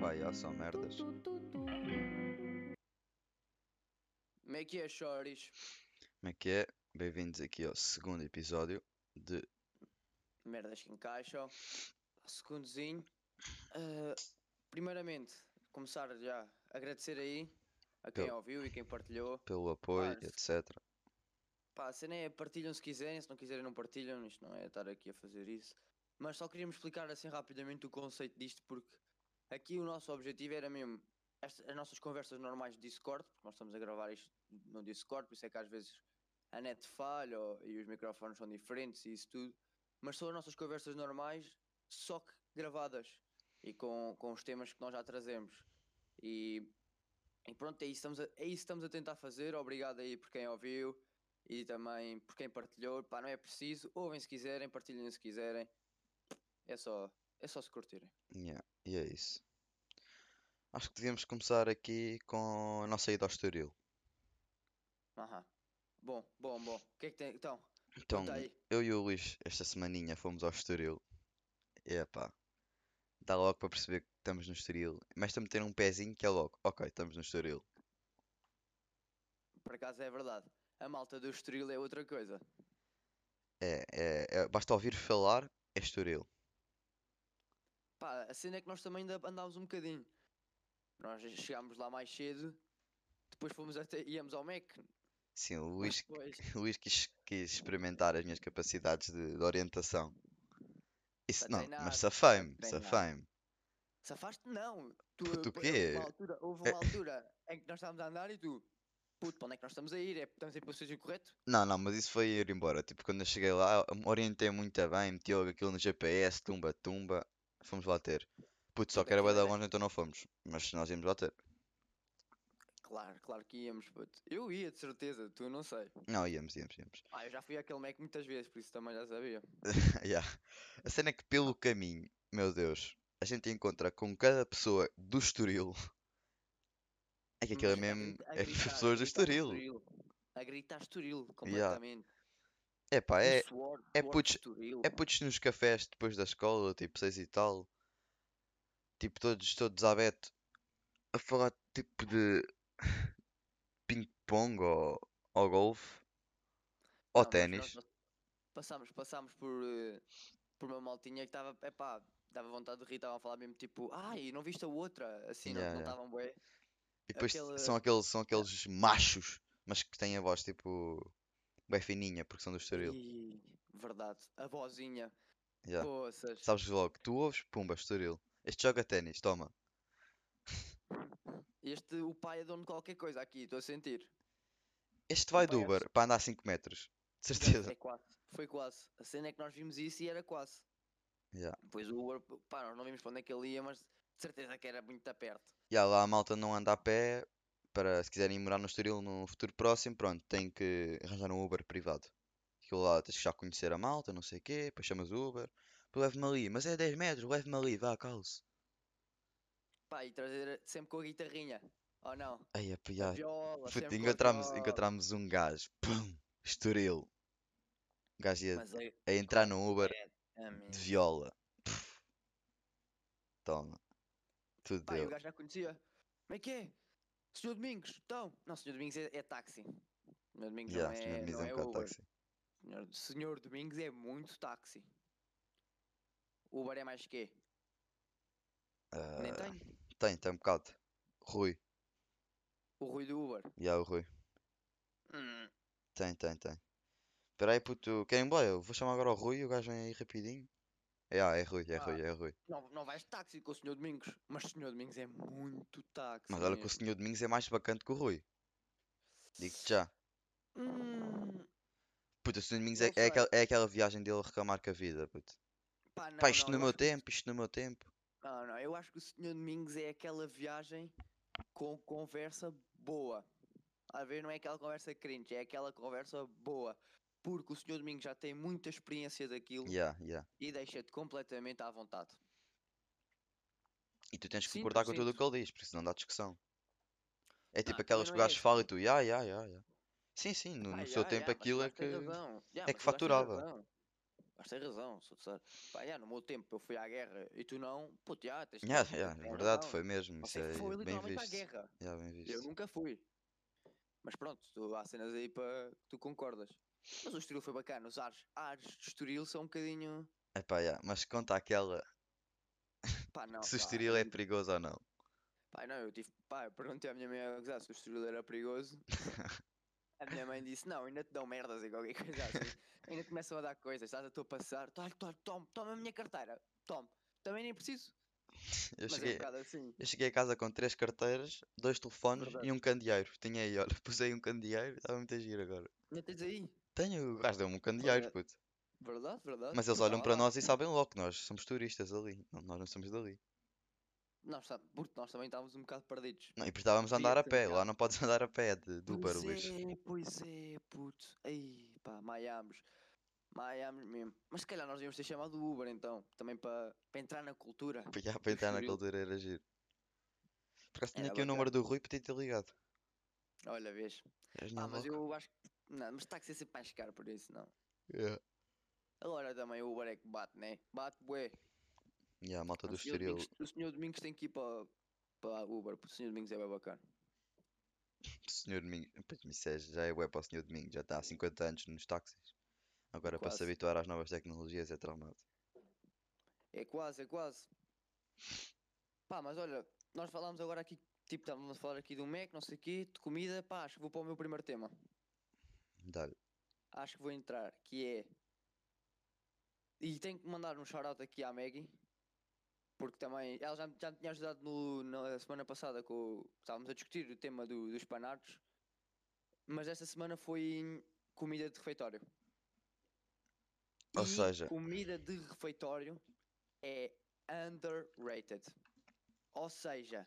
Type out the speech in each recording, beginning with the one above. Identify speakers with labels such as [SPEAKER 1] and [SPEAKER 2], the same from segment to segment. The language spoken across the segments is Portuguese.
[SPEAKER 1] Pá, já são merdas.
[SPEAKER 2] Como é que é, Choris?
[SPEAKER 1] Como é que é? Bem-vindos aqui ao segundo episódio de.
[SPEAKER 2] Merdas que encaixam. Segundozinho. Ah, primeiramente, começar já a agradecer aí a quem
[SPEAKER 1] Eu.
[SPEAKER 2] ouviu e quem partilhou.
[SPEAKER 1] pelo apoio,
[SPEAKER 2] Claro.
[SPEAKER 1] etc.
[SPEAKER 2] Pá, a cena é partilham se quiserem, se não quiserem não partilham, isto não é estar aqui a fazer isso. Mas só queríamos explicar assim rapidamente o conceito disto, porque aqui o nosso objetivo era mesmo esta- as nossas conversas normais de Discord, porque nós estamos a gravar isto no Discord, por isso é que às vezes a net falha ou- e os microfones são diferentes e isso tudo, mas são as nossas conversas normais, só que gravadas e com, com os temas que nós já trazemos. E, e pronto, é isso, estamos a, é isso que estamos a tentar fazer. Obrigado aí por quem ouviu e também por quem partilhou. Pá, não é preciso. Ouvem se quiserem, partilhem se quiserem. É só, é só se curtirem.
[SPEAKER 1] Yeah, E é isso. Acho que devíamos começar aqui com a nossa ida ao Estoril.
[SPEAKER 2] Aham. Bom, bom, bom. O que é que tem? Então,
[SPEAKER 1] Então,
[SPEAKER 2] conta aí.
[SPEAKER 1] eu e o Luís, esta semaninha, fomos ao Estoril. E pá, dá logo para perceber que estamos no Estoril. Mas estamos a ter um pezinho que é logo, ok, estamos no Estoril.
[SPEAKER 2] Por acaso é verdade. A malta do Estoril é outra coisa.
[SPEAKER 1] É, é, é- basta ouvir falar, é Estoril.
[SPEAKER 2] Pá, a cena é que nós também ainda andámos um bocadinho. Nós chegámos lá mais cedo, depois fomos até. íamos ao Mac.
[SPEAKER 1] Sim, o
[SPEAKER 2] mas
[SPEAKER 1] Luís,
[SPEAKER 2] depois-
[SPEAKER 1] o Luís quis, quis experimentar as minhas capacidades de, de orientação. Isso
[SPEAKER 2] Para
[SPEAKER 1] não,
[SPEAKER 2] treinar,
[SPEAKER 1] mas safei-me,
[SPEAKER 2] treinar.
[SPEAKER 1] safei-me.
[SPEAKER 2] Safaste? Não. Tu,
[SPEAKER 1] Puto, o
[SPEAKER 2] p-
[SPEAKER 1] quê?
[SPEAKER 2] Houve uma, altura, houve uma altura em que nós estávamos a andar e tu, puto, para onde é que nós estamos a ir? É, estamos a ir para o sítio correto?
[SPEAKER 1] Não, não, mas isso foi ir embora. Tipo, quando eu cheguei lá, eu me orientei muito bem, meti logo aquilo no GPS, tumba, tumba. Fomos lá ter. Putz, só
[SPEAKER 2] Puta,
[SPEAKER 1] que era bué
[SPEAKER 2] aquilo
[SPEAKER 1] da
[SPEAKER 2] era-
[SPEAKER 1] longe, então não fomos. Mas nós íamos lá ter.
[SPEAKER 2] Claro, claro que íamos, puto. Eu ia, de certeza, tu não sei.
[SPEAKER 1] Não, íamos, íamos, íamos.
[SPEAKER 2] Ah, eu já fui àquele Mac muitas vezes, por isso também já sabia.
[SPEAKER 1] Yeah. A cena é que pelo caminho, meu Deus, a gente encontra com cada pessoa do Estoril. É que aquilo é
[SPEAKER 2] Mas a
[SPEAKER 1] mesmo.
[SPEAKER 2] grita- a
[SPEAKER 1] É
[SPEAKER 2] gritar,
[SPEAKER 1] as pessoas do
[SPEAKER 2] a gritar
[SPEAKER 1] Estoril.
[SPEAKER 2] A gritar Estoril, completamente.
[SPEAKER 1] É pá,
[SPEAKER 2] O
[SPEAKER 1] é,
[SPEAKER 2] suor,
[SPEAKER 1] é
[SPEAKER 2] suor de
[SPEAKER 1] putos-
[SPEAKER 2] Estoril.
[SPEAKER 1] É putos nos cafés depois da escola, tipo seis e tal. Tipo, todos, todos à bete. A falar tipo de ping-pong ou, ou golfe. Ou
[SPEAKER 2] Não,
[SPEAKER 1] oh,
[SPEAKER 2] Ah, mas nós-
[SPEAKER 1] ténis.
[SPEAKER 2] nós Passámos, passámos por, eh, por uma maltinha que estava, epá, dava vontade de rir, estavam a falar mesmo tipo, ai, não viste a outra, assim, não-
[SPEAKER 1] Yeah,
[SPEAKER 2] não
[SPEAKER 1] yeah.
[SPEAKER 2] estavam bué.
[SPEAKER 1] E depois
[SPEAKER 2] aquele- é.
[SPEAKER 1] são aqueles, são aqueles machos, mas que têm a voz tipo. Bem fininha, porque são do Estoril.
[SPEAKER 2] Ih, verdade, a vozinha,
[SPEAKER 1] Yeah.
[SPEAKER 2] poças.
[SPEAKER 1] Sabes logo, tu ouves, pumba, Estoril. Este joga ténis, toma.
[SPEAKER 2] Este, o pai é dono de qualquer coisa aqui, estou a sentir.
[SPEAKER 1] Este vai
[SPEAKER 2] Opa,
[SPEAKER 1] do
[SPEAKER 2] é
[SPEAKER 1] Uber para andar 5 metros. De
[SPEAKER 2] Já
[SPEAKER 1] certeza.
[SPEAKER 2] É quase, foi quase. A cena é que nós vimos isso e era quase.
[SPEAKER 1] Yeah.
[SPEAKER 2] Pois o Uber, pá, nós não vimos para onde é que ele ia, mas de certeza que era muito a perto.
[SPEAKER 1] E há lá a malta não anda a pé para se quiserem ir morar no Estoril no futuro próximo, pronto, tem que arranjar um Uber privado. Aquilo lá tens que já conhecer a malta, não sei o quê, depois chamas o Uber, "Pô, leve-me ali, mas é 10 metros, leve-me ali, vá, calce.
[SPEAKER 2] Pá, e trazer sempre com a guitarrinha, ou não?
[SPEAKER 1] Aí, pá,
[SPEAKER 2] A
[SPEAKER 1] é, já,
[SPEAKER 2] viola,
[SPEAKER 1] puto,
[SPEAKER 2] sempre com a
[SPEAKER 1] Ah, encontramos,
[SPEAKER 2] viola.
[SPEAKER 1] encontramos um gajo, pum, Estoril. O gajo ia
[SPEAKER 2] Mas é,
[SPEAKER 1] a entrar no Uber
[SPEAKER 2] amigo.
[SPEAKER 1] de viola. Puf. Toma, tudo
[SPEAKER 2] Pá, e o
[SPEAKER 1] deu.
[SPEAKER 2] gajo já conhecia. Como é que é? Senhor Domingos, então. Não, Senhor Domingos é, é táxi. Senhor Domingos
[SPEAKER 1] Já,
[SPEAKER 2] não
[SPEAKER 1] senhor
[SPEAKER 2] é,
[SPEAKER 1] Mies
[SPEAKER 2] não
[SPEAKER 1] é um
[SPEAKER 2] é
[SPEAKER 1] bocado
[SPEAKER 2] Uber.
[SPEAKER 1] táxi.
[SPEAKER 2] Senhor, Senhor Domingos é muito táxi. Uber é mais quê? Nem
[SPEAKER 1] Ah,
[SPEAKER 2] tem.
[SPEAKER 1] tem, tem um bocado. Rui,
[SPEAKER 2] O ruído do Uber.
[SPEAKER 1] já o Rui.
[SPEAKER 2] Hum,
[SPEAKER 1] Tem, tem, tem. Espera aí, puto. Querem bola? Eu vou chamar agora o Rui e o gajo vem aí rapidinho. É, ah, é Rui, é
[SPEAKER 2] Ah,
[SPEAKER 1] Rui, é Rui.
[SPEAKER 2] não, não vais de táxi com o Senhor Domingos. Mas o Senhor Domingos é muito táxi.
[SPEAKER 1] Mas olha que o
[SPEAKER 2] mesmo.
[SPEAKER 1] senhor Domingos é mais bacana que o Rui. Digo-te já.
[SPEAKER 2] Hum,
[SPEAKER 1] Puto, o senhor Domingos
[SPEAKER 2] Não
[SPEAKER 1] é, é,
[SPEAKER 2] sei.
[SPEAKER 1] aquela, é aquela viagem dele a reclamar com a vida, puto.
[SPEAKER 2] pá, não,
[SPEAKER 1] Pá, isto
[SPEAKER 2] não,
[SPEAKER 1] no
[SPEAKER 2] eu
[SPEAKER 1] meu
[SPEAKER 2] acho que o
[SPEAKER 1] tempo, isto no meu tempo.
[SPEAKER 2] Não, não, eu acho que o Senhor Domingos é aquela viagem com conversa boa. Às vezes não é aquela conversa cringe, é aquela conversa boa. Porque o Senhor Domingos já tem muita experiência daquilo
[SPEAKER 1] Yeah, yeah.
[SPEAKER 2] e deixa-te completamente à vontade.
[SPEAKER 1] E tu tens que
[SPEAKER 2] Sinto,
[SPEAKER 1] concordar com tudo o
[SPEAKER 2] sinto.
[SPEAKER 1] que ele diz, porque senão dá discussão. É tipo
[SPEAKER 2] também
[SPEAKER 1] aquelas que
[SPEAKER 2] não
[SPEAKER 1] o
[SPEAKER 2] é
[SPEAKER 1] gajo
[SPEAKER 2] esse.
[SPEAKER 1] fala e tu, ya, ya, ya, ya. Sim, sim, no,
[SPEAKER 2] Ah,
[SPEAKER 1] no seu
[SPEAKER 2] já,
[SPEAKER 1] tempo
[SPEAKER 2] já, mas o
[SPEAKER 1] aquilo é
[SPEAKER 2] gajo tem
[SPEAKER 1] que.
[SPEAKER 2] razão.
[SPEAKER 1] é
[SPEAKER 2] Já, mas
[SPEAKER 1] que
[SPEAKER 2] o gajo tem
[SPEAKER 1] faturava.
[SPEAKER 2] razão. Mas tem razão, se tu Pá, yeah, no meu tempo eu fui à guerra e tu não, puto, yeah, tens que
[SPEAKER 1] Yeah,
[SPEAKER 2] ter
[SPEAKER 1] yeah,
[SPEAKER 2] razão.
[SPEAKER 1] verdade, foi mesmo. Isso
[SPEAKER 2] Você
[SPEAKER 1] é
[SPEAKER 2] foi
[SPEAKER 1] bem
[SPEAKER 2] literalmente à
[SPEAKER 1] visto.
[SPEAKER 2] guerra.
[SPEAKER 1] Yeah, bem
[SPEAKER 2] Eu
[SPEAKER 1] visto.
[SPEAKER 2] nunca fui. Mas pronto, tu, há cenas aí para que tu concordas. Mas o Estoril foi bacana, os ares, ares de Estoril são um bocadinho.
[SPEAKER 1] Epá, yeah, mas conta aquela
[SPEAKER 2] Pá, não.
[SPEAKER 1] se o
[SPEAKER 2] pá,
[SPEAKER 1] estoril é
[SPEAKER 2] não-
[SPEAKER 1] perigoso ou não.
[SPEAKER 2] Pá, não, eu tive. Pá, eu perguntei à minha mãe a gozar se o Estoril era perigoso. A minha mãe disse: Não, ainda te dão merdas e qualquer coisa assim. ainda te começam a dar coisas, estás a tu a passar. Toma, toma, toma, toma a minha carteira. Toma. Também nem preciso.
[SPEAKER 1] Eu
[SPEAKER 2] mas é um
[SPEAKER 1] cheguei,
[SPEAKER 2] bocado assim.
[SPEAKER 1] eu cheguei a casa com três carteiras, dois telefones e
[SPEAKER 2] Verdade.
[SPEAKER 1] um candeeiro. Tinha aí, olha, pus aí um candeeiro, estava muito a giro agora.
[SPEAKER 2] Ainda tens aí.
[SPEAKER 1] Tenho, o gajo deu-me um candeeiro,
[SPEAKER 2] Olha,
[SPEAKER 1] puto.
[SPEAKER 2] Verdade, verdade.
[SPEAKER 1] Mas eles
[SPEAKER 2] Não
[SPEAKER 1] olham
[SPEAKER 2] estava
[SPEAKER 1] para
[SPEAKER 2] lá.
[SPEAKER 1] nós e sabem logo que nós somos turistas ali. Não, nós não somos dali.
[SPEAKER 2] Nós, tá- porque nós também estávamos um bocado perdidos.
[SPEAKER 1] Não, e precisávamos andar a
[SPEAKER 2] Podia-se
[SPEAKER 1] pé, lá
[SPEAKER 2] andar.
[SPEAKER 1] não podes andar a pé de, de Uber,
[SPEAKER 2] Pois
[SPEAKER 1] Luís.
[SPEAKER 2] é, pois é, puto. Aí, pá, maiámos. Maiámos mesmo. Mas se calhar nós devíamos ter chamado o Uber então, também para entrar na cultura.
[SPEAKER 1] Para já, para entrar na
[SPEAKER 2] Estoril.
[SPEAKER 1] cultura era giro. Por acaso tinha
[SPEAKER 2] Era
[SPEAKER 1] aqui o
[SPEAKER 2] bacana.
[SPEAKER 1] número do Rui, podia ter ligado.
[SPEAKER 2] Olha, vês.
[SPEAKER 1] Eras
[SPEAKER 2] Ah, mas
[SPEAKER 1] louco.
[SPEAKER 2] eu acho que. Não, mas está que ser sempre mais caro por isso, não.
[SPEAKER 1] Yeah.
[SPEAKER 2] Agora também o Uber é que bate, né? Bate, bué.
[SPEAKER 1] Yeah, a malta do
[SPEAKER 2] O senhor,
[SPEAKER 1] Estoril.
[SPEAKER 2] Domingos, o senhor Domingos tem que ir para, para Uber, porque o senhor Domingos é bem bacana.
[SPEAKER 1] Senhor Domingos. Pois me disseste, já é bué para o Senhor Domingos, já está há 50 anos nos táxis. Agora para se
[SPEAKER 2] Quase.
[SPEAKER 1] habituar às novas tecnologias é traumático.
[SPEAKER 2] É quase, é quase. Pá, mas olha, nós falámos agora aqui, tipo, estávamos a falar aqui do Mac, não sei o quê, de comida, pá, acho que vou para o meu primeiro tema.
[SPEAKER 1] Dá-lhe.
[SPEAKER 2] Acho que vou entrar, que é. E tenho que mandar um shout-out aqui à Maggie, porque também ela já, me- já me tinha ajudado no- na semana passada com. o- Estávamos a discutir o tema do- dos panados, mas esta semana foi em comida de refeitório.
[SPEAKER 1] Ou
[SPEAKER 2] E
[SPEAKER 1] seja-
[SPEAKER 2] comida de refeitório é underrated. Ou seja,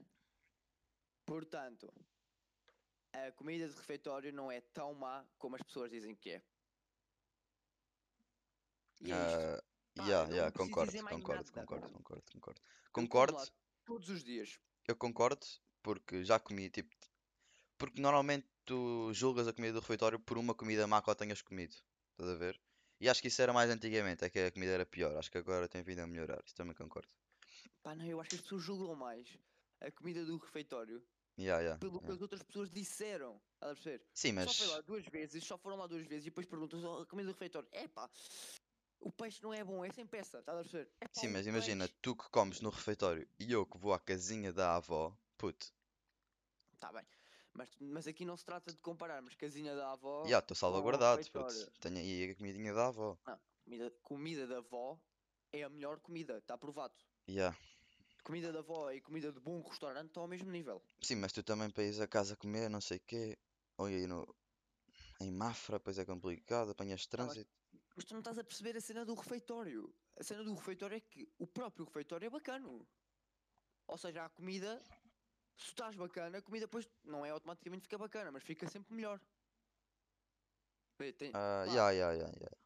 [SPEAKER 2] portanto, a comida de refeitório não é tão má como as pessoas dizem que é. E é isto.
[SPEAKER 1] Ah,
[SPEAKER 2] Pá,
[SPEAKER 1] yeah,
[SPEAKER 2] eu não
[SPEAKER 1] yeah,
[SPEAKER 2] preciso
[SPEAKER 1] concordo,
[SPEAKER 2] dizer mais
[SPEAKER 1] concordo,
[SPEAKER 2] nada.
[SPEAKER 1] concordo, concordo, concordo.
[SPEAKER 2] Eu como
[SPEAKER 1] Concordo,
[SPEAKER 2] lá todos os dias.
[SPEAKER 1] eu concordo, porque já comi, tipo. Porque normalmente tu julgas a comida do refeitório por uma comida má que lá tenhas comido. Estás a ver? E acho que isso era mais antigamente, é que a comida era pior. Acho que agora tem vindo a melhorar. Isso também concordo.
[SPEAKER 2] Pá, não, eu acho que as pessoas julgam mais a comida do refeitório
[SPEAKER 1] Yeah, yeah,
[SPEAKER 2] pelo que
[SPEAKER 1] yeah.
[SPEAKER 2] as outras pessoas disseram. Estás a perceber?
[SPEAKER 1] Sim,
[SPEAKER 2] Só foi
[SPEAKER 1] Uhum. mas.
[SPEAKER 2] lá duas vezes, só foram lá duas vezes e depois perguntam "Oh, a comida do refeitório. Epá, o peixe não é bom, é sem peça. Estás a perceber? Epá,
[SPEAKER 1] Sim,
[SPEAKER 2] o
[SPEAKER 1] mas imagina,
[SPEAKER 2] peixe-
[SPEAKER 1] tu que comes no refeitório e eu que vou à casinha da avó, puto,
[SPEAKER 2] Tá bem. Mas, mas aqui não se trata de compararmos casinha da avó.
[SPEAKER 1] já estou salvaguardado,
[SPEAKER 2] Oh, refeitório.
[SPEAKER 1] puto. Tenho aí a comidinha da avó.
[SPEAKER 2] Comida, comida da avó é a melhor comida, está provado.
[SPEAKER 1] Yeah.
[SPEAKER 2] Comida da avó e comida de bom restaurante estão ao mesmo nível.
[SPEAKER 1] Sim, mas tu também para ires a casa comer, não sei quê. Ou aí no. Em Mafra, pois é complicado, apanhas
[SPEAKER 2] mas-
[SPEAKER 1] trânsito.
[SPEAKER 2] Mas tu não estás a perceber a cena do refeitório. A cena do refeitório é que o próprio refeitório é bacano. Ou seja, a comida, se estás bacana, a comida depois não é automaticamente fica bacana, mas fica sempre melhor. Vê, tem-
[SPEAKER 1] Ah,
[SPEAKER 2] pá,
[SPEAKER 1] yeah, yeah, yeah, yeah.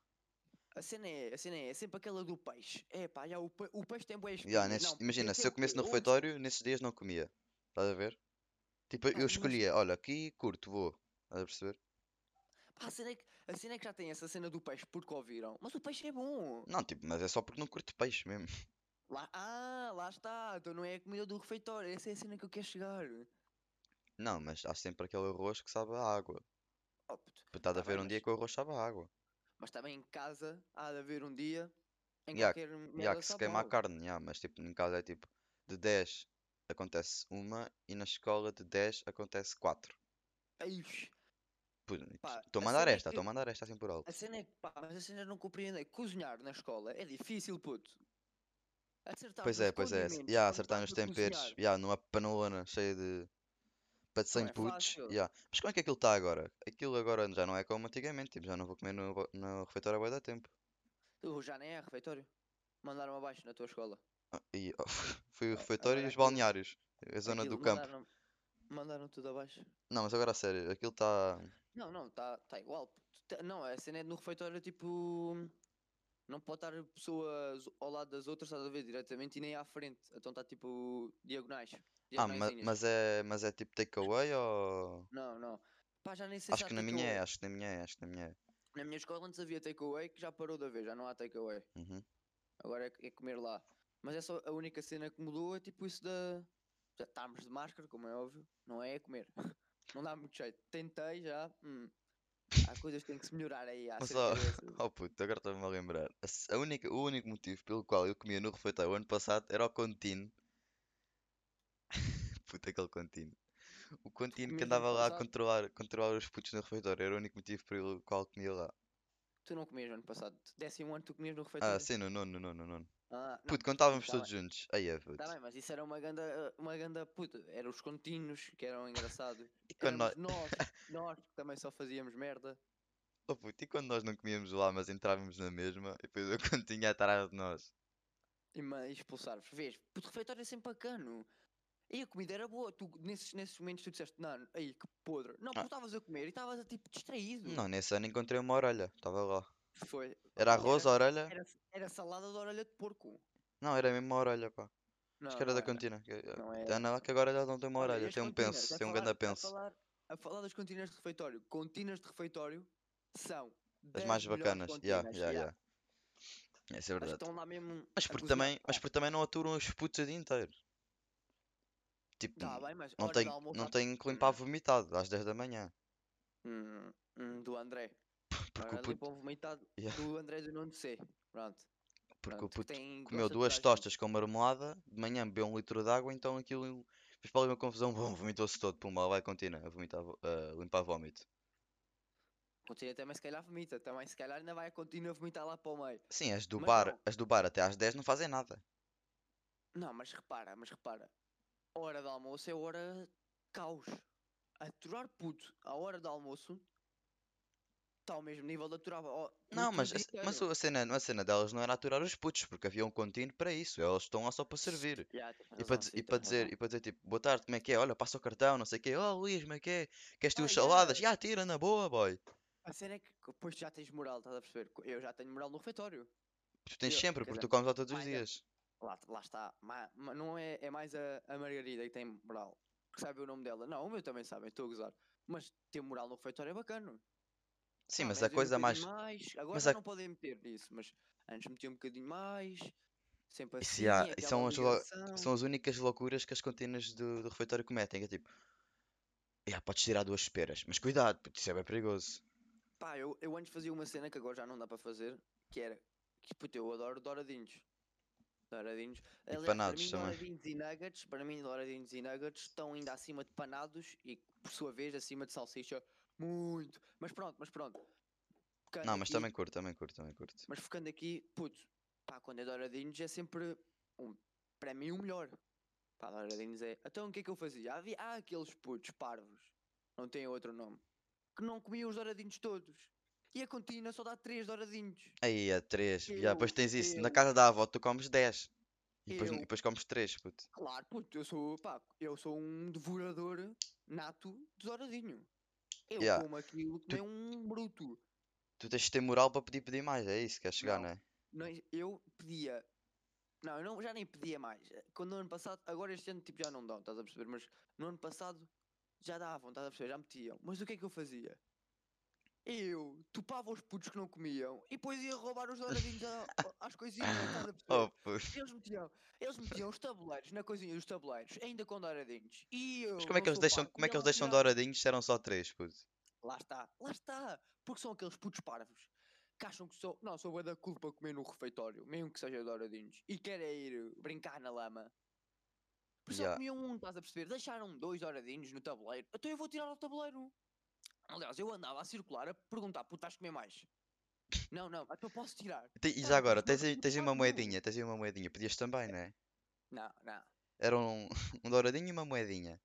[SPEAKER 2] a, cena é, a cena é, é sempre aquela do peixe. É pá, já, o, pe- o peixe tem boas
[SPEAKER 1] Yeah, nesses-
[SPEAKER 2] é
[SPEAKER 1] imagina,
[SPEAKER 2] tipo,
[SPEAKER 1] se eu comesse no refeitório, nesses dias não comia. Estás a ver? Tipo,
[SPEAKER 2] Não,
[SPEAKER 1] eu
[SPEAKER 2] Ah, mas-
[SPEAKER 1] escolhia, olha, aqui curto, vou. Estás a perceber?
[SPEAKER 2] a, cena é que, a cena é que já tem essa cena do peixe porque ouviram. Mas o peixe é bom.
[SPEAKER 1] Não, tipo, mas é só porque não curto peixe mesmo.
[SPEAKER 2] Lá, ah, lá está. Então não é a comida do refeitório. Essa é a cena que eu quero chegar.
[SPEAKER 1] Não, mas há sempre aquele arroz que sabe a água.
[SPEAKER 2] Oh, puto.
[SPEAKER 1] Estás a
[SPEAKER 2] Tá bem,
[SPEAKER 1] ver um dia
[SPEAKER 2] mas-
[SPEAKER 1] que o arroz sabe a água.
[SPEAKER 2] mas também em casa há de haver um dia em
[SPEAKER 1] Ya,
[SPEAKER 2] qualquer
[SPEAKER 1] E
[SPEAKER 2] merda
[SPEAKER 1] que se
[SPEAKER 2] sabe
[SPEAKER 1] queima a
[SPEAKER 2] mal.
[SPEAKER 1] carne, ya, mas tipo, em casa é tipo, de 10 acontece uma e na escola de 10 acontece 4.
[SPEAKER 2] Ai, Pá,
[SPEAKER 1] Estou a
[SPEAKER 2] a
[SPEAKER 1] mandar
[SPEAKER 2] cena é
[SPEAKER 1] esta, estou a
[SPEAKER 2] que-
[SPEAKER 1] mandar esta assim por alto.
[SPEAKER 2] a cena é que, pá, mas a cena não compreende é que cozinhar na escola é difícil, puto. Acertar
[SPEAKER 1] Pois
[SPEAKER 2] nos
[SPEAKER 1] é, pois é.
[SPEAKER 2] condimentos
[SPEAKER 1] Ya,
[SPEAKER 2] quando
[SPEAKER 1] acertar nos
[SPEAKER 2] estás a
[SPEAKER 1] temperos,
[SPEAKER 2] cozinhar.
[SPEAKER 1] ya, numa panelona cheia de. Para de 100
[SPEAKER 2] é
[SPEAKER 1] putos.
[SPEAKER 2] fácil.
[SPEAKER 1] ya. Mas como é que aquilo está agora? Aquilo agora já não é como antigamente, tipo, já não vou comer no, bo- no refeitório há bué da tempo.
[SPEAKER 2] Tu já nem é refeitório. Mandaram abaixo na tua escola.
[SPEAKER 1] Ah, e- foi o refeitório e
[SPEAKER 2] agora
[SPEAKER 1] os
[SPEAKER 2] aquilo-
[SPEAKER 1] balneários, a zona do
[SPEAKER 2] Aquilo,
[SPEAKER 1] campo.
[SPEAKER 2] Mandaram, mandaram tudo abaixo.
[SPEAKER 1] Não, mas agora a sério, aquilo está.
[SPEAKER 2] Não, não, está tá igual. puto. Tá- Não, a cena é no refeitório, tipo. Não pode estar pessoas ao lado das outras, estás a ver diretamente e nem à frente. Então está tipo diagonais.
[SPEAKER 1] Ah, ma-
[SPEAKER 2] diagonaisinhas.
[SPEAKER 1] mas é, mas é tipo takeaway ou.
[SPEAKER 2] assim, né? Não, não. Pá, já nem sei se
[SPEAKER 1] Acho
[SPEAKER 2] há
[SPEAKER 1] que na minha é,
[SPEAKER 2] takeaway.
[SPEAKER 1] acho que na minha é, acho que na minha é.
[SPEAKER 2] Na minha escola antes havia takeaway que já parou da vez, já não há takeaway.
[SPEAKER 1] Uhum.
[SPEAKER 2] Agora é, é comer lá. Mas é só a única cena que mudou é tipo isso da. Já estarmos de máscara, como é óbvio, não é, é comer. Não dá muito jeito. Tentei já. hum. Há coisas que tem que se melhorar aí. Há
[SPEAKER 1] Mas,
[SPEAKER 2] cerca
[SPEAKER 1] ó,
[SPEAKER 2] dessas.
[SPEAKER 1] Oh puto, agora estou-me a lembrar. A s- a única, o único motivo pelo qual eu comia no refeitório o ano passado era o contínuo. Puta, aquele contínuo. O contínuo que
[SPEAKER 2] comias no ano
[SPEAKER 1] andava lá a
[SPEAKER 2] passado?
[SPEAKER 1] controlar, controlar os putos no refeitório. Era o único motivo pelo qual comia lá.
[SPEAKER 2] Tu não comias no ano passado. Décimo ano tu comias no
[SPEAKER 1] Ah,
[SPEAKER 2] refeitório.
[SPEAKER 1] sim, no nono, no nono, no nono.
[SPEAKER 2] Ah, não.
[SPEAKER 1] Puto, quando estávamos
[SPEAKER 2] tá
[SPEAKER 1] todos juntos. Aí é, puto.
[SPEAKER 2] Tá bem, mas isso era uma ganda, uma ganda puta. Eram os continhos que eram engraçados.
[SPEAKER 1] E quando nós,
[SPEAKER 2] Éramos nós, nós que também só fazíamos merda.
[SPEAKER 1] oh puto, e quando nós não comíamos lá, mas entrávamos na mesma, e depois o contínuo ia atrás de nós.
[SPEAKER 2] E ma- e expulsar-vos. Vês, puto, refeitório é sempre bacano. E a comida era boa. Tu, nesses, nesses momentos tu disseste, não, aí que podre. Não,
[SPEAKER 1] Ah.
[SPEAKER 2] porque estavas a comer e estavas a tipo distraído.
[SPEAKER 1] Não, nesse ano encontrei uma orelha. Estava lá.
[SPEAKER 2] Foi.
[SPEAKER 1] Era
[SPEAKER 2] Opa,
[SPEAKER 1] arroz, a orelha?
[SPEAKER 2] Era, era salada de orelha de porco.
[SPEAKER 1] Não, era mesmo uma orelha, pá.
[SPEAKER 2] Não,
[SPEAKER 1] Acho que era
[SPEAKER 2] não é.
[SPEAKER 1] da cantina. que-
[SPEAKER 2] Não
[SPEAKER 1] eh, Anda lá que agora já não tem uma
[SPEAKER 2] Olha, e
[SPEAKER 1] orelha,
[SPEAKER 2] as
[SPEAKER 1] tem um
[SPEAKER 2] continas?
[SPEAKER 1] penso,
[SPEAKER 2] A
[SPEAKER 1] tem um
[SPEAKER 2] falar-
[SPEAKER 1] grande
[SPEAKER 2] A
[SPEAKER 1] penso.
[SPEAKER 2] falar, a falar das continas de refeitório. Continas de refeitório são
[SPEAKER 1] As
[SPEAKER 2] das
[SPEAKER 1] mais
[SPEAKER 2] melhores
[SPEAKER 1] bacanas, já,
[SPEAKER 2] continas,
[SPEAKER 1] já,
[SPEAKER 2] yeah.
[SPEAKER 1] já. Essa é
[SPEAKER 2] Mas
[SPEAKER 1] verdade.
[SPEAKER 2] estão lá mesmo.
[SPEAKER 1] Mas
[SPEAKER 2] a
[SPEAKER 1] porque
[SPEAKER 2] cozinhar.
[SPEAKER 1] também, mas porque também não aturam os putos o dia inteiro. Tipo,
[SPEAKER 2] Tá bem, mas
[SPEAKER 1] não
[SPEAKER 2] hora de
[SPEAKER 1] tem,
[SPEAKER 2] almoço
[SPEAKER 1] não
[SPEAKER 2] há-
[SPEAKER 1] tem que limpar vomitado às 10 da manhã.
[SPEAKER 2] Hum, hum, do André.
[SPEAKER 1] Porque o
[SPEAKER 2] Agora
[SPEAKER 1] puto,
[SPEAKER 2] limpam vomitado
[SPEAKER 1] Yeah.
[SPEAKER 2] do André do nono C. Pronto.
[SPEAKER 1] porque o
[SPEAKER 2] pronto, que
[SPEAKER 1] puto
[SPEAKER 2] tem-
[SPEAKER 1] comeu
[SPEAKER 2] gosta
[SPEAKER 1] duas
[SPEAKER 2] de toda a gente.
[SPEAKER 1] tostas com marmelada, de manhã bebeu um litro de água, então aquilo fez para ali uma confusão, bom, vomitou-se todo, pumba, lá vai continua a vomitar, vo- a limpar vómito.
[SPEAKER 2] Continua também se calhar vomita. Também se calhar ainda vai continuar a vomitar lá para o meio.
[SPEAKER 1] Sim, as do
[SPEAKER 2] Mas
[SPEAKER 1] bar,
[SPEAKER 2] não.
[SPEAKER 1] as do bar até às 10 não fazem nada.
[SPEAKER 2] Não, mas repara, mas repara. A hora de almoço é hora de caos. Aturar puto à hora de almoço está ao mesmo nível de aturar. ao- puto
[SPEAKER 1] Não,
[SPEAKER 2] o
[SPEAKER 1] mas,
[SPEAKER 2] dia
[SPEAKER 1] a, ce- mas
[SPEAKER 2] inteiro.
[SPEAKER 1] a cena, a cena delas não era aturar os putos, porque havia um contínuo para isso, elas estão lá só para servir.
[SPEAKER 2] Yeah, tens
[SPEAKER 1] E
[SPEAKER 2] razão,
[SPEAKER 1] para, diz-
[SPEAKER 2] sim,
[SPEAKER 1] e
[SPEAKER 2] tens
[SPEAKER 1] para dizer,
[SPEAKER 2] razão.
[SPEAKER 1] e para dizer tipo, boa tarde, como é que é? Olha, passa o cartão, não sei o quê. Oh, Luís, como é que é? Queres tu
[SPEAKER 2] Ah,
[SPEAKER 1] as
[SPEAKER 2] yeah.
[SPEAKER 1] saladas? Já, tira, na boa, boy.
[SPEAKER 2] A cena é que depois já tens moral, estás a perceber? Co- Eu já tenho moral no refeitório.
[SPEAKER 1] Tu Tipo, tens
[SPEAKER 2] Eu-
[SPEAKER 1] sempre,
[SPEAKER 2] quer
[SPEAKER 1] porque
[SPEAKER 2] dizer,
[SPEAKER 1] tu comes lá todos os
[SPEAKER 2] mais é-
[SPEAKER 1] dias.
[SPEAKER 2] Lá, lá está. Ma- ma- não é, é mais a, a Margarida que tem moral. Que sabe o nome dela. Não, o meu também sabe, estou a gozar. Mas ter moral no refeitório é bacana.
[SPEAKER 1] Sim,
[SPEAKER 2] Pá,
[SPEAKER 1] mas a
[SPEAKER 2] metem um
[SPEAKER 1] coisa mais.
[SPEAKER 2] bocadinho mais. Agora
[SPEAKER 1] mas
[SPEAKER 2] já
[SPEAKER 1] a-
[SPEAKER 2] não podem meter nisso, mas antes metiam um bocadinho mais. Sempre
[SPEAKER 1] Isso,
[SPEAKER 2] assim,
[SPEAKER 1] já, e
[SPEAKER 2] aquela
[SPEAKER 1] são as lo-
[SPEAKER 2] ligação.
[SPEAKER 1] São as únicas loucuras que as continas do, do refeitório cometem. que É tipo, já, podes tirar duas peras, mas cuidado, porque isso é bem perigoso.
[SPEAKER 2] Pá, eu, eu antes fazia uma cena que agora já não dá para fazer, que era, que puto, eu adoro douradinhos. Douradinhos. Aliás, para
[SPEAKER 1] panados
[SPEAKER 2] mim,
[SPEAKER 1] também.
[SPEAKER 2] douradinhos e nuggets, para mim, douradinhos e nuggets estão ainda acima de panados e, por sua vez, acima de salsicha. Muito. Mas pronto, mas pronto. Focando
[SPEAKER 1] Não, mas
[SPEAKER 2] aqui-
[SPEAKER 1] também curto, também curto, também curto.
[SPEAKER 2] Mas focando aqui, puto, pá, quando é douradinhos é sempre, um, para mim, o melhor. Pá, douradinhos é... Então, o que é que eu fazia? Havia, há aqueles putos parvos, não tem outro nome, que não comiam os douradinhos todos. E a contina só dá três douradinhos.
[SPEAKER 1] Aí é 3. Já, depois
[SPEAKER 2] Eu-
[SPEAKER 1] tens isso. Na
[SPEAKER 2] eu-
[SPEAKER 1] casa da avó tu comes 10. E depois, e
[SPEAKER 2] Eu-
[SPEAKER 1] depois comes 3, puto.
[SPEAKER 2] Claro, puto, eu sou, pá, eu sou um devorador nato de douradinho. Eu
[SPEAKER 1] Yeah.
[SPEAKER 2] como aquilo que
[SPEAKER 1] Tu-
[SPEAKER 2] nem um bruto.
[SPEAKER 1] Tu tens de ter moral para pedir pedir mais, é isso que queres chegar,
[SPEAKER 2] Não.
[SPEAKER 1] não é?
[SPEAKER 2] Não, eu pedia. Não, eu não, já nem pedia mais. Eh, Quando no ano passado, agora este ano tipo, já não dão, estás a perceber? Mas no ano passado já davam, estás a perceber? Já metiam. Mas o que é que eu fazia? Eu topava os putos que não comiam e depois ia roubar os douradinhos a- às coisinhas, estás a
[SPEAKER 1] Oh,
[SPEAKER 2] perceber?
[SPEAKER 1] puto.
[SPEAKER 2] Eles metiam, eles metiam os tabuleiros na coisinha dos tabuleiros, ainda com douradinhos. E eu,
[SPEAKER 1] Mas como é que
[SPEAKER 2] não
[SPEAKER 1] eles
[SPEAKER 2] sou
[SPEAKER 1] deixam,
[SPEAKER 2] parvo,
[SPEAKER 1] como é
[SPEAKER 2] ia
[SPEAKER 1] que eles
[SPEAKER 2] lá
[SPEAKER 1] deixam
[SPEAKER 2] tirar.
[SPEAKER 1] douradinhos se eram só 3, puto?
[SPEAKER 2] Lá está, lá está! Porque são aqueles putos parvos que acham que sou. Não, sou bué da culpa comer no refeitório, mesmo que seja douradinhos, e querem ir brincar na lama. Por isso
[SPEAKER 1] Ya.
[SPEAKER 2] só comiam um, estás a perceber? Deixaram dois douradinhos no tabuleiro, então eu vou tirar o tabuleiro. Aliás, eu andava a circular a perguntar, puto, vais comer mais? Não, não, então posso tirar.
[SPEAKER 1] E te- E
[SPEAKER 2] Tá,
[SPEAKER 1] já
[SPEAKER 2] mas
[SPEAKER 1] agora,
[SPEAKER 2] não
[SPEAKER 1] tens
[SPEAKER 2] era
[SPEAKER 1] aí,
[SPEAKER 2] por
[SPEAKER 1] tens aí uma
[SPEAKER 2] parte meu.
[SPEAKER 1] moedinha, tens aí uma moedinha. Pedias também, não é?
[SPEAKER 2] Não, não.
[SPEAKER 1] Era um, um douradinho e uma moedinha.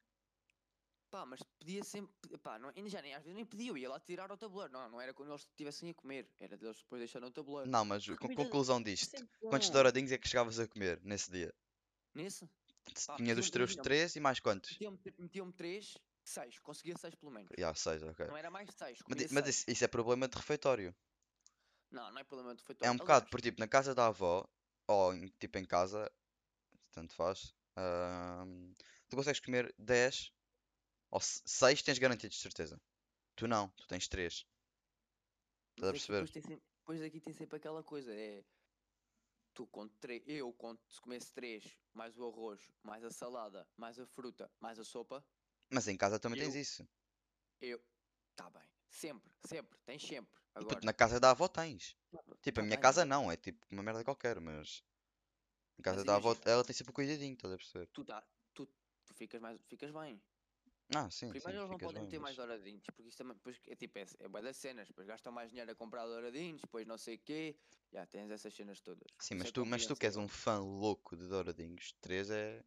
[SPEAKER 2] Pá, mas pedia sempre. Pá, não, ainda já nem às vezes nem pedia, eu ia lá tirar o tabuleiro. Não, não era quando eles estivessem a comer, era deles depois deixarem o tabuleiro.
[SPEAKER 1] Não, mas
[SPEAKER 2] Porque
[SPEAKER 1] con-
[SPEAKER 2] comida-
[SPEAKER 1] conclusão disto.
[SPEAKER 2] Sempre
[SPEAKER 1] Quantos
[SPEAKER 2] bom.
[SPEAKER 1] douradinhos é que chegavas a comer nesse dia?
[SPEAKER 2] Nesse?
[SPEAKER 1] Se
[SPEAKER 2] Pá,
[SPEAKER 1] Tinha dos
[SPEAKER 2] metiam-
[SPEAKER 1] teus
[SPEAKER 2] imagina,
[SPEAKER 1] 3 e mais quantos?
[SPEAKER 2] Metiam-me metiam 3, 6. Conseguia 6 pelo menos.
[SPEAKER 1] Já, 6, ah, ok.
[SPEAKER 2] é Não era mais 6.
[SPEAKER 1] Mas, i- mas isso, isso é problema de refeitório.
[SPEAKER 2] Não, não é problema de feito.
[SPEAKER 1] É um bocado, por tipo, na casa da avó, ou em- tipo em casa, tanto faz, ahm, tu consegues comer 10 ou 6 tens garantido de certeza. Tu não, tu tens 3. Estás a
[SPEAKER 2] Mas é que
[SPEAKER 1] perceber?
[SPEAKER 2] Depois, tem sempre, depois aqui tem sempre aquela coisa, é... Tu conto três, eu conto, se comesse três, mais o arroz, mais a salada, mais a fruta, mais a sopa,
[SPEAKER 1] Mas em casa também
[SPEAKER 2] Eu-
[SPEAKER 1] tens isso.
[SPEAKER 2] eu... Tá bem. Sempre, sempre, tens sempre.
[SPEAKER 1] E, é?
[SPEAKER 2] Agora,
[SPEAKER 1] puto, na casa da avó tens. Tipo, a
[SPEAKER 2] tá
[SPEAKER 1] minha
[SPEAKER 2] bem,
[SPEAKER 1] casa
[SPEAKER 2] agora-
[SPEAKER 1] não, é tipo uma merda qualquer, mas. Em casa
[SPEAKER 2] Mas
[SPEAKER 1] da avó,
[SPEAKER 2] imagina.
[SPEAKER 1] ela tem sempre um cuidadinho, estás a perceber?
[SPEAKER 2] tu, dá, tu, tu ficas, mais, ficas bem.
[SPEAKER 1] Ah, sim, sim,
[SPEAKER 2] Primeiro eles não
[SPEAKER 1] ficas
[SPEAKER 2] podem
[SPEAKER 1] bem,
[SPEAKER 2] ter
[SPEAKER 1] mas-
[SPEAKER 2] mais douradinhos, porque isso também depois é tipo é, é bué das cenas, depois gastam mais dinheiro a comprar douradinhos, depois não sei o quê, já tens essas cenas todas.
[SPEAKER 1] Sim,
[SPEAKER 2] Isso
[SPEAKER 1] mas
[SPEAKER 2] é
[SPEAKER 1] tu, mas tu que és
[SPEAKER 2] compreensível.
[SPEAKER 1] um fã louco de douradinhos, 3 é, é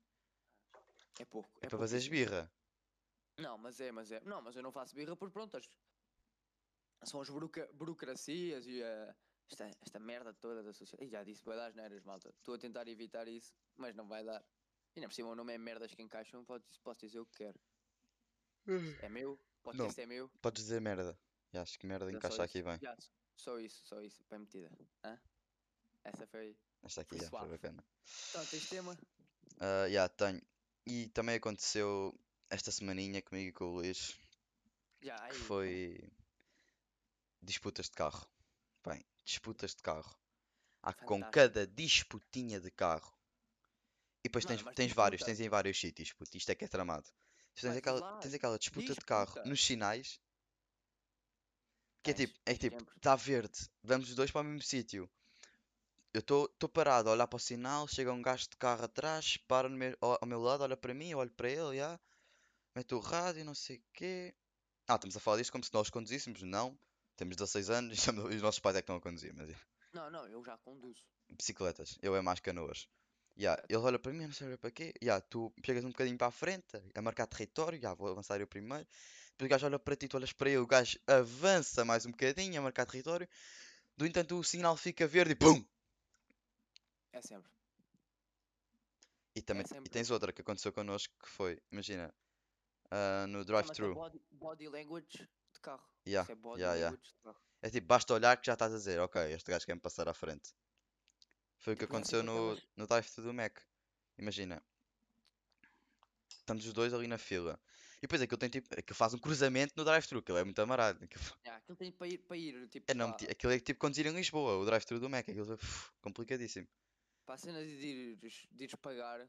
[SPEAKER 2] É pouco, é,
[SPEAKER 1] para fazeres
[SPEAKER 2] pouquíssimo.
[SPEAKER 1] birra.
[SPEAKER 2] Não, mas é, mas é. Não, mas eu não faço birra porque pronto, as- são as buroca- burocracias e a, esta, esta merda toda da sociedade. Ih, já disse, vai dar as neiras, malta. Estou a tentar evitar isso, mas não vai dar. E não por cima o nome é merdas que encaixam, posso, posso dizer o que quero. É meu, pode
[SPEAKER 1] Não.
[SPEAKER 2] ser é meu.
[SPEAKER 1] Podes dizer merda. E acho que merda
[SPEAKER 2] Era é só
[SPEAKER 1] encaixa
[SPEAKER 2] isso.
[SPEAKER 1] aqui bem.
[SPEAKER 2] Já, s- só isso, só isso. Bem metida. Hã? Essa foi.
[SPEAKER 1] Esta aqui
[SPEAKER 2] Foi
[SPEAKER 1] já foi
[SPEAKER 2] suave.
[SPEAKER 1] bacana.
[SPEAKER 2] Então, tens tema?
[SPEAKER 1] Ah, já, tenho. E também aconteceu esta semaninha comigo e com o Luís,
[SPEAKER 2] Já, aí. então.
[SPEAKER 1] que foi disputas de carro. Bem, disputas de carro. Há que com
[SPEAKER 2] Fantástico.
[SPEAKER 1] cada disputinha de carro. E depois
[SPEAKER 2] Mano,
[SPEAKER 1] tens,
[SPEAKER 2] mas
[SPEAKER 1] tens vários,
[SPEAKER 2] disputa.
[SPEAKER 1] tens em vários sítios, puto. Isto é que é tramado. Tu Tens
[SPEAKER 2] Mas diz
[SPEAKER 1] aquela,
[SPEAKER 2] lá,
[SPEAKER 1] tens aquela disputa de carro
[SPEAKER 2] disputa.
[SPEAKER 1] nos sinais, que é
[SPEAKER 2] Tens,
[SPEAKER 1] tipo, é
[SPEAKER 2] tens
[SPEAKER 1] tipo,
[SPEAKER 2] sempre.
[SPEAKER 1] está verde, vamos os dois para o mesmo sítio. Eu estou parado a olhar para o sinal, chega um gajo de carro atrás, para no meu- ao, ao meu lado, olha para mim, eu olho para ele, já. Mete o rádio, não sei o quê. Ah, estamos a falar disto como se nós conduzíssemos, não. Temos 16 anos e estamos- e os nossos pais é que estão a conduzir, mas
[SPEAKER 2] Não, não, eu já conduzo.
[SPEAKER 1] bicicletas, eu é mais canoas. Ya,
[SPEAKER 2] Certo.
[SPEAKER 1] ele olha para mim, eu não sei olha para quê. Ya, tu chegas um bocadinho para a frente, a marcar território, ya, vou avançar eu primeiro. Depois o gajo olha para ti, tu olhas para ele, o gajo avança mais um bocadinho a marcar território. No entanto, o sinal fica verde e pum!
[SPEAKER 2] É sempre.
[SPEAKER 1] E também
[SPEAKER 2] É
[SPEAKER 1] e
[SPEAKER 2] sempre.
[SPEAKER 1] tens outra que aconteceu connosco que foi, imagina, ah, no
[SPEAKER 2] Ah, mas é
[SPEAKER 1] drive-thru.
[SPEAKER 2] body, body language de carro.
[SPEAKER 1] Ya,
[SPEAKER 2] Isso é body
[SPEAKER 1] ya, ya.
[SPEAKER 2] language de carro.
[SPEAKER 1] É tipo, basta olhar que já estás a dizer, ok, este gajo quer-me passar à frente. Foi o que
[SPEAKER 2] Tipo, não é
[SPEAKER 1] aconteceu
[SPEAKER 2] sempre
[SPEAKER 1] no,
[SPEAKER 2] aquelas-
[SPEAKER 1] no drive-thru do Mac. Imagina. Estamos os dois ali na fila. E depois aquilo tem tipo. Aquilo faz um cruzamento no drive-thru, aquilo é muito amarado. Aquilo,
[SPEAKER 2] Ya, aquilo tem para ir, para ir tipo,
[SPEAKER 1] é, não,
[SPEAKER 2] para,
[SPEAKER 1] meti- aquilo é tipo conduzir em Lisboa, o drive-thru do Mac. Aquilo é uf, complicadíssimo.
[SPEAKER 2] para a cena de ires, de ires pagar.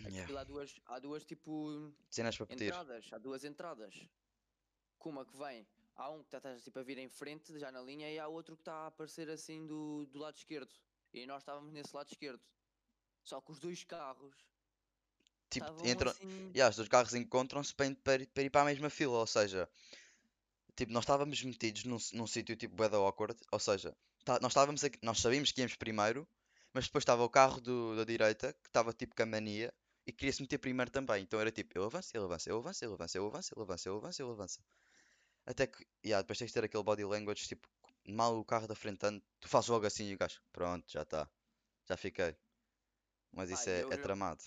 [SPEAKER 1] Yeah.
[SPEAKER 2] Aquilo há duas, há duas tipo
[SPEAKER 1] Cenas para pedir.
[SPEAKER 2] entradas, há duas entradas. Com uma que vem, há um que está tipo, a vir em frente, já na linha, e há outro que está a aparecer assim do, do lado esquerdo. E nós estávamos nesse lado esquerdo. Só que os dois carros
[SPEAKER 1] Tipo,
[SPEAKER 2] estavam
[SPEAKER 1] entram.
[SPEAKER 2] assim.
[SPEAKER 1] Yeah, os dois carros encontram-se para, en- para ir- para ir para a mesma fila, ou seja, tipo, nós estávamos metidos num, s- num sítio tipo bué da awkward, ou seja, tá- nós estávamos aqui- nós sabíamos que íamos primeiro, mas depois estava o carro do- da direita que estava tipo com a mania e queria se meter primeiro também, então era tipo, eu avanço, ele avança, eu avanço, ele avança, eu avanço, ele avança, eu avanço, ele avança. Até que, yeah, depois tens de ter aquele body language, tipo, mal o carro da frente anda, tu fazes logo assim e o gajo, pronto, já está, já fiquei. Mas
[SPEAKER 2] Pá,
[SPEAKER 1] isso é,
[SPEAKER 2] eu-
[SPEAKER 1] é
[SPEAKER 2] eu-
[SPEAKER 1] tramado.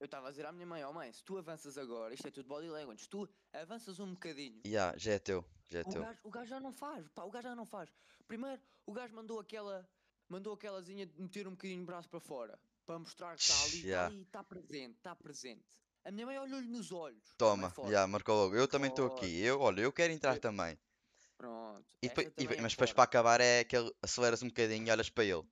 [SPEAKER 2] Eu estava a dizer à minha mãe, ó mãe, se tu avanças agora, isto é tudo body language, se tu avanças um bocadinho,
[SPEAKER 1] Yeah, já é teu, já é
[SPEAKER 2] o
[SPEAKER 1] teu.
[SPEAKER 2] gajo, o gajo já não faz, pá, o gajo já não faz. Primeiro, o gajo mandou aquela, mandou aquelazinha de meter um bocadinho de braço para fora, para mostrar que está ali, está
[SPEAKER 1] Yeah.
[SPEAKER 2] ali, está presente, está presente. A minha mãe olhou-lhe nos olhos. a mãe
[SPEAKER 1] Toma,
[SPEAKER 2] fora.
[SPEAKER 1] já, marcou logo. Eu também estou
[SPEAKER 2] Fora.
[SPEAKER 1] aqui. Eu, olha, eu quero entrar
[SPEAKER 2] Eu-
[SPEAKER 1] também.
[SPEAKER 2] Pronto.
[SPEAKER 1] E
[SPEAKER 2] esta
[SPEAKER 1] depois, e
[SPEAKER 2] também
[SPEAKER 1] ve-
[SPEAKER 2] é
[SPEAKER 1] mas depois para
[SPEAKER 2] fora.
[SPEAKER 1] acabar é aquele aceleras um bocadinho e olhas para ele.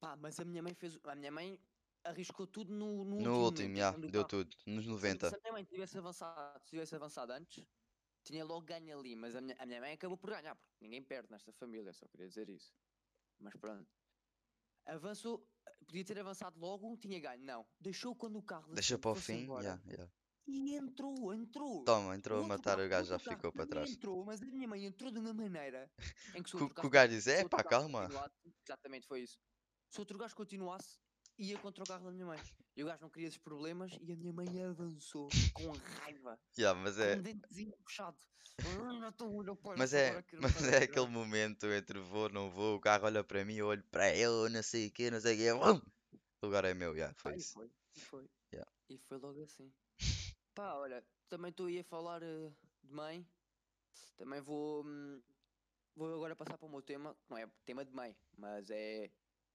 [SPEAKER 2] Pá, mas a minha mãe fez, a minha mãe arriscou tudo no, no,
[SPEAKER 1] No último,
[SPEAKER 2] momento,
[SPEAKER 1] já,
[SPEAKER 2] quando o
[SPEAKER 1] deu
[SPEAKER 2] carro-
[SPEAKER 1] tudo. Nos
[SPEAKER 2] Porque
[SPEAKER 1] 90.
[SPEAKER 2] Se a minha mãe tivesse avançado, se tivesse avançado antes, tinha logo ganho ali. Mas a minha, a minha mãe acabou por ganhar, porque ninguém perde nesta família, só queria dizer isso. Mas pronto. Avançou, podia ter avançado logo, tinha ganho. Não, deixou quando o carro da
[SPEAKER 1] Deixa
[SPEAKER 2] frente
[SPEAKER 1] para o
[SPEAKER 2] fosse
[SPEAKER 1] fim,
[SPEAKER 2] embora.
[SPEAKER 1] já, já.
[SPEAKER 2] E entrou, entrou.
[SPEAKER 1] Toma, entrou a
[SPEAKER 2] outro
[SPEAKER 1] matar
[SPEAKER 2] carro-
[SPEAKER 1] o gajo, já
[SPEAKER 2] outro carro
[SPEAKER 1] ficou para
[SPEAKER 2] também
[SPEAKER 1] trás.
[SPEAKER 2] Entrou, mas a minha mãe entrou de uma maneira em que se o
[SPEAKER 1] Que o
[SPEAKER 2] outro
[SPEAKER 1] que o
[SPEAKER 2] carro
[SPEAKER 1] gajo diz,
[SPEAKER 2] se
[SPEAKER 1] é
[SPEAKER 2] outro
[SPEAKER 1] pá,
[SPEAKER 2] gajo
[SPEAKER 1] calma.
[SPEAKER 2] continuasse- Exatamente, foi isso. Se outro gajo continuasse, ia contra o carro da minha mãe. E o gajo não queria esses problemas e a minha mãe avançou com raiva,
[SPEAKER 1] Já, mas
[SPEAKER 2] com
[SPEAKER 1] é,
[SPEAKER 2] um dentezinho puxado. Ah, não estou- não posso,
[SPEAKER 1] mas
[SPEAKER 2] agora
[SPEAKER 1] é,
[SPEAKER 2] quero
[SPEAKER 1] mas
[SPEAKER 2] estar
[SPEAKER 1] é
[SPEAKER 2] a
[SPEAKER 1] aquele
[SPEAKER 2] tirar.
[SPEAKER 1] momento entre vou, não vou, o carro olha para mim, eu olho para ele, não sei o quê, não sei o quê. vum! O lugar é meu, já,
[SPEAKER 2] Pá,
[SPEAKER 1] foi
[SPEAKER 2] e
[SPEAKER 1] isso.
[SPEAKER 2] foi, e foi.
[SPEAKER 1] Yeah.
[SPEAKER 2] E foi logo assim. Pá, olha, também estou aí a falar eh, de mãe. Também vou. hum, Vou agora passar para o meu tema, que não é tema de mãe, mas é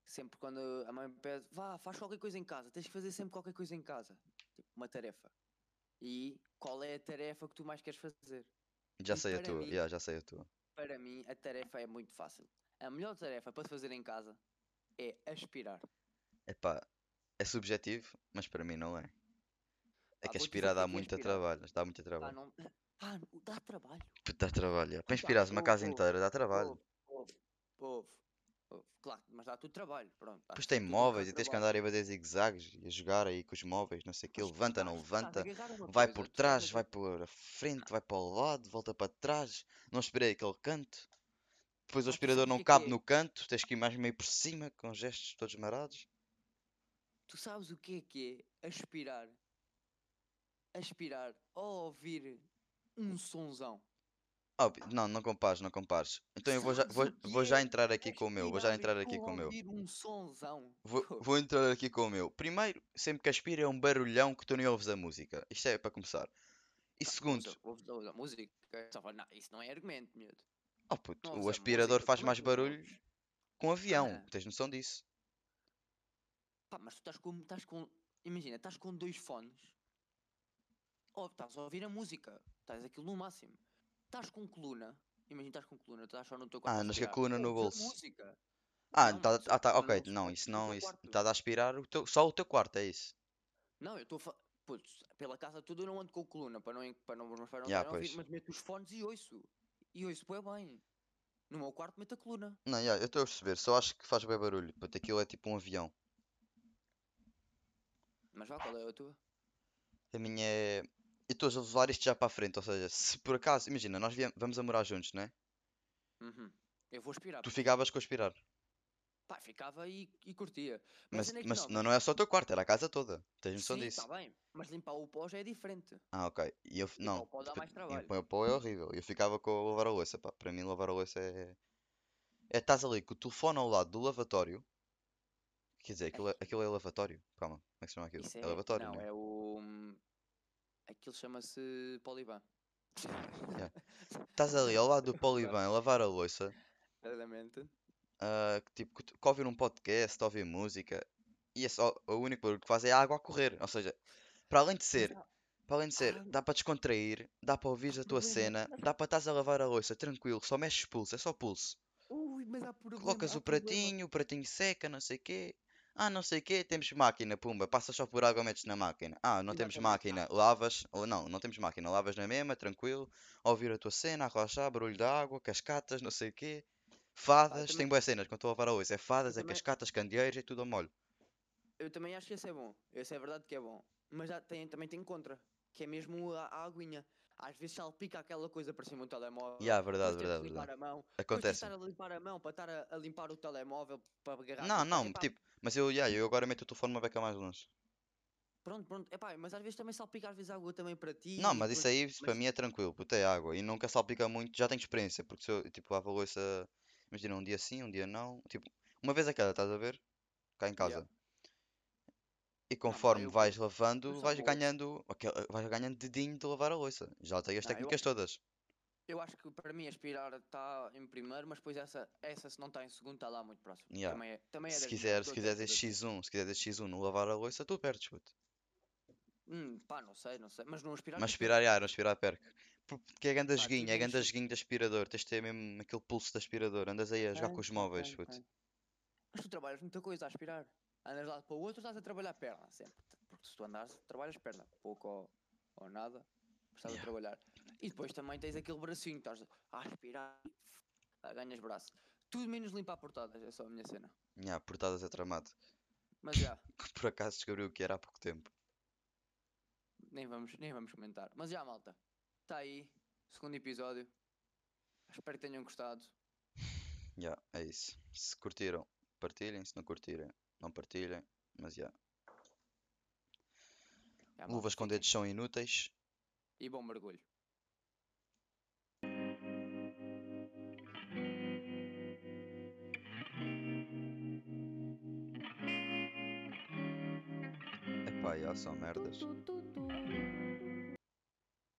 [SPEAKER 2] sempre quando a mãe pede, vá, faz qualquer coisa em casa, tens que fazer sempre qualquer coisa em casa. Tipo, uma tarefa. E qual é a tarefa que tu mais queres fazer?
[SPEAKER 1] Já
[SPEAKER 2] E
[SPEAKER 1] sei a
[SPEAKER 2] para
[SPEAKER 1] tua,
[SPEAKER 2] mim-
[SPEAKER 1] já, já sei a tua.
[SPEAKER 2] para mim, a tarefa é muito fácil. A melhor tarefa para se fazer em casa é aspirar.
[SPEAKER 1] Epá, é subjetivo, mas para mim não é. É
[SPEAKER 2] Ah,
[SPEAKER 1] que
[SPEAKER 2] vou-te dizer
[SPEAKER 1] aspirar
[SPEAKER 2] o que é
[SPEAKER 1] dá
[SPEAKER 2] que é
[SPEAKER 1] muito
[SPEAKER 2] aspirar.
[SPEAKER 1] trabalho, dá muito
[SPEAKER 2] Pá,
[SPEAKER 1] trabalho.
[SPEAKER 2] não... Pá, não- dá trabalho.
[SPEAKER 1] Puto, Dá trabalho. é. Para
[SPEAKER 2] Cuidado,
[SPEAKER 1] inspirares uma
[SPEAKER 2] ouve,
[SPEAKER 1] casa
[SPEAKER 2] ouve,
[SPEAKER 1] inteira, dá trabalho.
[SPEAKER 2] Ouve, ouve, ouve, ouve. Claro, mas dá tudo trabalho. Pronto, dá
[SPEAKER 1] Depois tem
[SPEAKER 2] tudo um
[SPEAKER 1] móveis
[SPEAKER 2] bocado
[SPEAKER 1] e tens que
[SPEAKER 2] trabalho.
[SPEAKER 1] andar aí a fazer zigue-zagues e a jogar aí com os móveis, não sei o quê.
[SPEAKER 2] Mas tu
[SPEAKER 1] Levanta, não
[SPEAKER 2] estás- tu estás a
[SPEAKER 1] levanta.
[SPEAKER 2] agarrar uma
[SPEAKER 1] Vai
[SPEAKER 2] coisa,
[SPEAKER 1] por
[SPEAKER 2] tu Ah. estás a
[SPEAKER 1] trás, vai
[SPEAKER 2] agarrar-
[SPEAKER 1] por a frente, vai para o lado, volta para trás. Não esperei aquele canto. Depois o
[SPEAKER 2] Ah, tu
[SPEAKER 1] aspirador
[SPEAKER 2] sabes o
[SPEAKER 1] não
[SPEAKER 2] que é que
[SPEAKER 1] cabe
[SPEAKER 2] é?
[SPEAKER 1] no canto, tens que ir mais meio por cima com gestos todos marados.
[SPEAKER 2] Tu sabes o que é que é aspirar? Aspirar ou ouvir um sonzão.
[SPEAKER 1] Ah, pi- não, não compares, não compares. Então eu vou já,
[SPEAKER 2] Sabes
[SPEAKER 1] vou,
[SPEAKER 2] o que
[SPEAKER 1] vou já
[SPEAKER 2] é
[SPEAKER 1] entrar aqui com o meu, vou já
[SPEAKER 2] aspirar
[SPEAKER 1] entrar aqui
[SPEAKER 2] ou
[SPEAKER 1] com o meu.
[SPEAKER 2] ouvir um sonzão.
[SPEAKER 1] Vou, vou entrar aqui com o meu. Primeiro, sempre que aspira é um barulhão que tu nem ouves a música. Isto é para começar.
[SPEAKER 2] Ah,
[SPEAKER 1] E segundo,
[SPEAKER 2] Ouves a- ouves a- ouves a música. Só fala, "Não, isso não é argumento, miúdo.
[SPEAKER 1] oh puto,
[SPEAKER 2] Não ouves
[SPEAKER 1] o
[SPEAKER 2] a
[SPEAKER 1] aspirador
[SPEAKER 2] música,
[SPEAKER 1] faz
[SPEAKER 2] como é
[SPEAKER 1] mais
[SPEAKER 2] que tu não
[SPEAKER 1] barulho
[SPEAKER 2] ouves?
[SPEAKER 1] com um avião.
[SPEAKER 2] Ah.
[SPEAKER 1] Tens noção disso?
[SPEAKER 2] Pá, mas tu estás com, estás com. Imagina, estás com dois fones. Ou estás a ouvir a música. Estás aquilo no máximo. Estás com coluna. Imagina, estás com coluna. Estás só no teu quarto. a
[SPEAKER 1] Ah, andas com a
[SPEAKER 2] respirar,
[SPEAKER 1] coluna no
[SPEAKER 2] ouves a
[SPEAKER 1] bolso.
[SPEAKER 2] música.
[SPEAKER 1] Ah,
[SPEAKER 2] Não,
[SPEAKER 1] tá,
[SPEAKER 2] mas
[SPEAKER 1] ah, tá,
[SPEAKER 2] coluna
[SPEAKER 1] ok,
[SPEAKER 2] não se
[SPEAKER 1] não,
[SPEAKER 2] ouve
[SPEAKER 1] isso
[SPEAKER 2] no teu
[SPEAKER 1] não, isso,
[SPEAKER 2] quarto.
[SPEAKER 1] estás a aspirar o teu- só o teu quarto, é isso.
[SPEAKER 2] Não, eu estou a fa... Putz, pela casa toda eu não ando com coluna para não, en- para não, para não
[SPEAKER 1] Ya,
[SPEAKER 2] estarem a ouvir,
[SPEAKER 1] pois.
[SPEAKER 2] mas meto os fones e ouço. E ouço bué bem. No meu quarto meto a coluna.
[SPEAKER 1] Não, ya, eu estou a perceber, só acho que faz bem barulho, puto, aquilo é tipo um avião.
[SPEAKER 2] Mas vá, qual é a tua?
[SPEAKER 1] A minha é. Eu estou a levar isto já para a frente, ou seja, se por acaso, imagina, nós viem- vamos a morar juntos, não é?
[SPEAKER 2] Uhum. Eu vou aspirar.
[SPEAKER 1] Tu ficavas com a aspirar,
[SPEAKER 2] Pá, ficava e, e curtia.
[SPEAKER 1] mas,
[SPEAKER 2] Mas, a cena é que
[SPEAKER 1] mas
[SPEAKER 2] não.
[SPEAKER 1] não, não é só o teu quarto, era a casa toda. Tens noção
[SPEAKER 2] Sim,
[SPEAKER 1] disso?
[SPEAKER 2] está bem. Mas limpar o pó já é diferente.
[SPEAKER 1] Ah, ok. E eu, f-
[SPEAKER 2] Limpar
[SPEAKER 1] não,
[SPEAKER 2] o pó
[SPEAKER 1] puto,
[SPEAKER 2] dá Então, mais trabalho.
[SPEAKER 1] limpar o pó é horrível. Eu ficava com a lavar a louça, pá. Para mim, lavar a louça é. É, estás ali com o telefone ao lado do lavatório. Quer dizer, aquilo é,
[SPEAKER 2] Ei.
[SPEAKER 1] aquilo é lavatório? Calma, como é que se chama aquilo?
[SPEAKER 2] Isso
[SPEAKER 1] É
[SPEAKER 2] é.
[SPEAKER 1] lavatório,
[SPEAKER 2] não,
[SPEAKER 1] né?
[SPEAKER 2] é o. Aquilo chama-se Poliban.
[SPEAKER 1] Estás ali ao lado do Poliban a lavar a louça,
[SPEAKER 2] Exatamente.
[SPEAKER 1] ah, que tipo, que tu- que ouvir um podcast, que ouvir música, e é só, o único barulho que faz é a água a correr. Ou seja, para além de ser,
[SPEAKER 2] há-
[SPEAKER 1] para além de ser,
[SPEAKER 2] há-
[SPEAKER 1] dá para descontrair, dá para ouvir a tua
[SPEAKER 2] problema-
[SPEAKER 1] cena, dá para estás a lavar a louça tranquilo, só mexes pulso, é só pulso.
[SPEAKER 2] Ui, mas há problema.
[SPEAKER 1] Colocas
[SPEAKER 2] há
[SPEAKER 1] o
[SPEAKER 2] problema.
[SPEAKER 1] pratinho, o pratinho seca, não sei quê. Ah, não sei quê, temos máquina, pumba, passa só por água, metes na máquina. Ah, não temos
[SPEAKER 2] Exatamente,
[SPEAKER 1] máquina, lavas, ou não, não temos máquina, lavas na mesma, tranquilo, a ouvir a tua cena, a relaxar, barulho da água, cascatas, não sei o quê. Fadas, tem
[SPEAKER 2] também-
[SPEAKER 1] boas cenas, quando estou a lavar a louça, é fadas, é
[SPEAKER 2] também-
[SPEAKER 1] cascatas, candeeiros, é tudo a molho.
[SPEAKER 2] Eu também acho que esse é bom. Esse é verdade que é bom. Mas já tem, também tem contra. Que é mesmo a, a aguinha. Às vezes salpica aquela coisa para cima do telemóvel.
[SPEAKER 1] Ya,
[SPEAKER 2] depois
[SPEAKER 1] verdade,
[SPEAKER 2] tens de
[SPEAKER 1] verdade,
[SPEAKER 2] limpar
[SPEAKER 1] verdade.
[SPEAKER 2] a mão. Depois tens de
[SPEAKER 1] Acontece.
[SPEAKER 2] estar a limpar a mão para estar a, a limpar o telemóvel para agarrar.
[SPEAKER 1] Não,
[SPEAKER 2] aquilo.
[SPEAKER 1] não,
[SPEAKER 2] Epá,
[SPEAKER 1] tipo, mas eu, yeah, eu agora meto o telefone uma beca mais longe.
[SPEAKER 2] Pronto, pronto. Epá, mas às vezes também salpica às vezes água também para ti.
[SPEAKER 1] Não,
[SPEAKER 2] e
[SPEAKER 1] mas isso
[SPEAKER 2] depois-
[SPEAKER 1] aí para
[SPEAKER 2] mas-
[SPEAKER 1] mim é tranquilo, puto, é água e nunca salpica muito, já tenho experiência, porque se eu tipo lavo a louça, imagina um dia sim, um dia não, tipo, uma vez a cada, estás a ver? Cá em
[SPEAKER 2] Yeah.
[SPEAKER 1] casa. E
[SPEAKER 2] mano,
[SPEAKER 1] conforme
[SPEAKER 2] eu-
[SPEAKER 1] vais
[SPEAKER 2] eu
[SPEAKER 1] lavando,
[SPEAKER 2] só
[SPEAKER 1] vais
[SPEAKER 2] vou-
[SPEAKER 1] ganhando, aquele- vais ganhando dedinho de lavar a louça. Já tenho as
[SPEAKER 2] Não, eu-
[SPEAKER 1] técnicas todas.
[SPEAKER 2] Eu acho que para mim é aspirar está em primeiro, mas depois essa, essa se não está em segundo, está lá muito próximo.
[SPEAKER 1] Yeah.
[SPEAKER 2] Também é, também é
[SPEAKER 1] Se
[SPEAKER 2] das minhas,
[SPEAKER 1] quiseres, se
[SPEAKER 2] dou
[SPEAKER 1] quiseres
[SPEAKER 2] dessa,
[SPEAKER 1] esse
[SPEAKER 2] dou
[SPEAKER 1] X1, se quiseres esse X1 no lavar a louça, tu perdes, puto.
[SPEAKER 2] Hum, pá, não sei, não sei. Mas não aspirar. tipo,
[SPEAKER 1] Mas
[SPEAKER 2] não
[SPEAKER 1] aspirar
[SPEAKER 2] perco.
[SPEAKER 1] é ar, aspirar perca. Porque é ganda
[SPEAKER 2] Pá, tu
[SPEAKER 1] joguinho, é
[SPEAKER 2] tens-
[SPEAKER 1] ganda joguinho de aspirador, tens de ter mesmo aquele pulso de aspirador, andas aí a jogar com
[SPEAKER 2] Tem,
[SPEAKER 1] os
[SPEAKER 2] tem,
[SPEAKER 1] móveis,
[SPEAKER 2] tem,
[SPEAKER 1] puto.
[SPEAKER 2] tem. Mas tu trabalhas muita coisa a aspirar. Andas lá para o outro, estás a trabalhar a perna sempre. Porque se tu andares, trabalhas perna. Pouco ou, ou nada. mas Estás
[SPEAKER 1] Yeah.
[SPEAKER 2] a trabalhar. E depois também tens aquele bracinho, estás a aspirar. ah, Ganhas braço. Tudo menos limpar portadas, é só a minha cena.
[SPEAKER 1] Nhá, portadas é tramado.
[SPEAKER 2] Mas já,
[SPEAKER 1] que por acaso descobriu o que era há pouco tempo.
[SPEAKER 2] nem vamos, nem vamos comentar. Mas já, malta. Está aí. Segundo episódio. Espero que tenham gostado.
[SPEAKER 1] Já, é isso. Se curtiram, partilhem. Se não curtirem, não partilhem. Mas já.
[SPEAKER 2] Já, malta,
[SPEAKER 1] Luvas com
[SPEAKER 2] fiquem.
[SPEAKER 1] dedos são inúteis.
[SPEAKER 2] E bom mergulho.
[SPEAKER 1] Epá, já são merdas.
[SPEAKER 3] merdas.